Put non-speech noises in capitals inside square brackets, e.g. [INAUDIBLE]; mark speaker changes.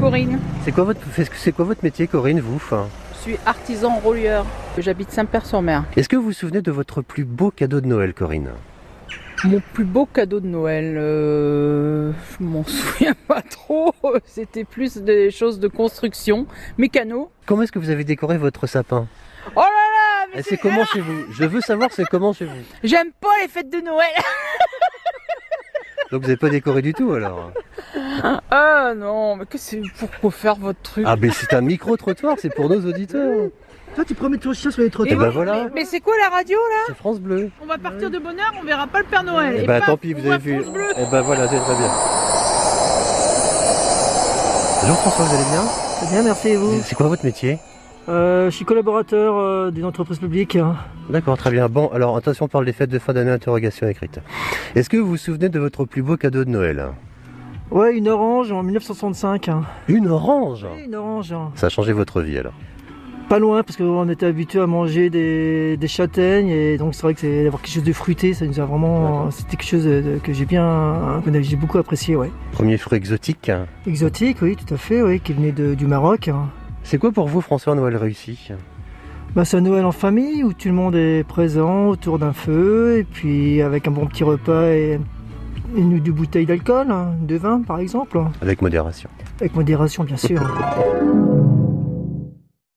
Speaker 1: Corinne.
Speaker 2: C'est quoi, votre- c'est- c'est quoi votre métier, Corinne, vous enfin
Speaker 1: Je suis artisan roulieur. J'habite Saint-Père-sur-Mer.
Speaker 2: Est-ce que vous vous souvenez de votre plus beau cadeau de Noël, Corinne
Speaker 1: Mon plus beau cadeau de Noël, euh, je m'en [LAUGHS] souviens pas trop. C'était plus des choses de construction, mécano.
Speaker 2: Comment est-ce que vous avez décoré votre sapin
Speaker 1: Oh là là, mais
Speaker 2: Et
Speaker 1: c'est-
Speaker 2: C'est comment chez vous Je veux savoir c'est comment chez vous.
Speaker 1: j'aime pas les fêtes de Noël. [LAUGHS]
Speaker 2: Donc vous n'avez pas décoré du tout alors
Speaker 1: Ah non, mais que c'est pourquoi faire votre truc
Speaker 2: Ah mais c'est un micro-trottoir, c'est pour nos auditeurs.
Speaker 3: Toi, tu promets ton chien sur les
Speaker 2: Et
Speaker 3: trottoirs.
Speaker 2: bah voilà,
Speaker 1: Mais c'est quoi la radio là
Speaker 2: c'est France Bleu.
Speaker 1: On va partir de bonne heure, on verra pas le Père Noël.
Speaker 2: Et, bah tant pis, vous avez vu. Et bah voilà, c'est très bien. Bonjour François, vous allez bien
Speaker 3: Bien, Eh merci et vous.
Speaker 2: C'est quoi votre métier
Speaker 3: ben, Euh, je suis collaborateur euh, d'une entreprise publique. hein.
Speaker 2: D'accord, très bien. Bon, alors attention, on parle des fêtes de fin d'année, interrogation écrite. Est-ce que vous vous souvenez de votre plus beau cadeau de Noël
Speaker 3: Ouais, une orange en 1965. hein.
Speaker 2: Une orange
Speaker 3: Oui, Une orange. hein.
Speaker 2: Ça a changé votre vie alors
Speaker 3: Pas loin, parce qu'on était habitué à manger des, des châtaignes. Et donc, c'est vrai que c'est d'avoir quelque chose de fruité, ça nous a vraiment.
Speaker 2: D'accord.
Speaker 3: C'était quelque chose de- de- que j'ai bien. que j'ai beaucoup apprécié, ouais.
Speaker 2: Premier fruit exotique.
Speaker 3: Exotique, oui, tout à fait, oui, qui venait de- du Maroc. hein.
Speaker 2: C'est quoi pour vous François Noël réussi
Speaker 3: Bah, c'est un Noël en famille où tout le monde est présent autour d'un feu et puis avec un bon petit repas et une ou deux bouteilles d'alcool, hein, de vin par exemple,
Speaker 2: Avec modération.
Speaker 3: avec modération bien sûr.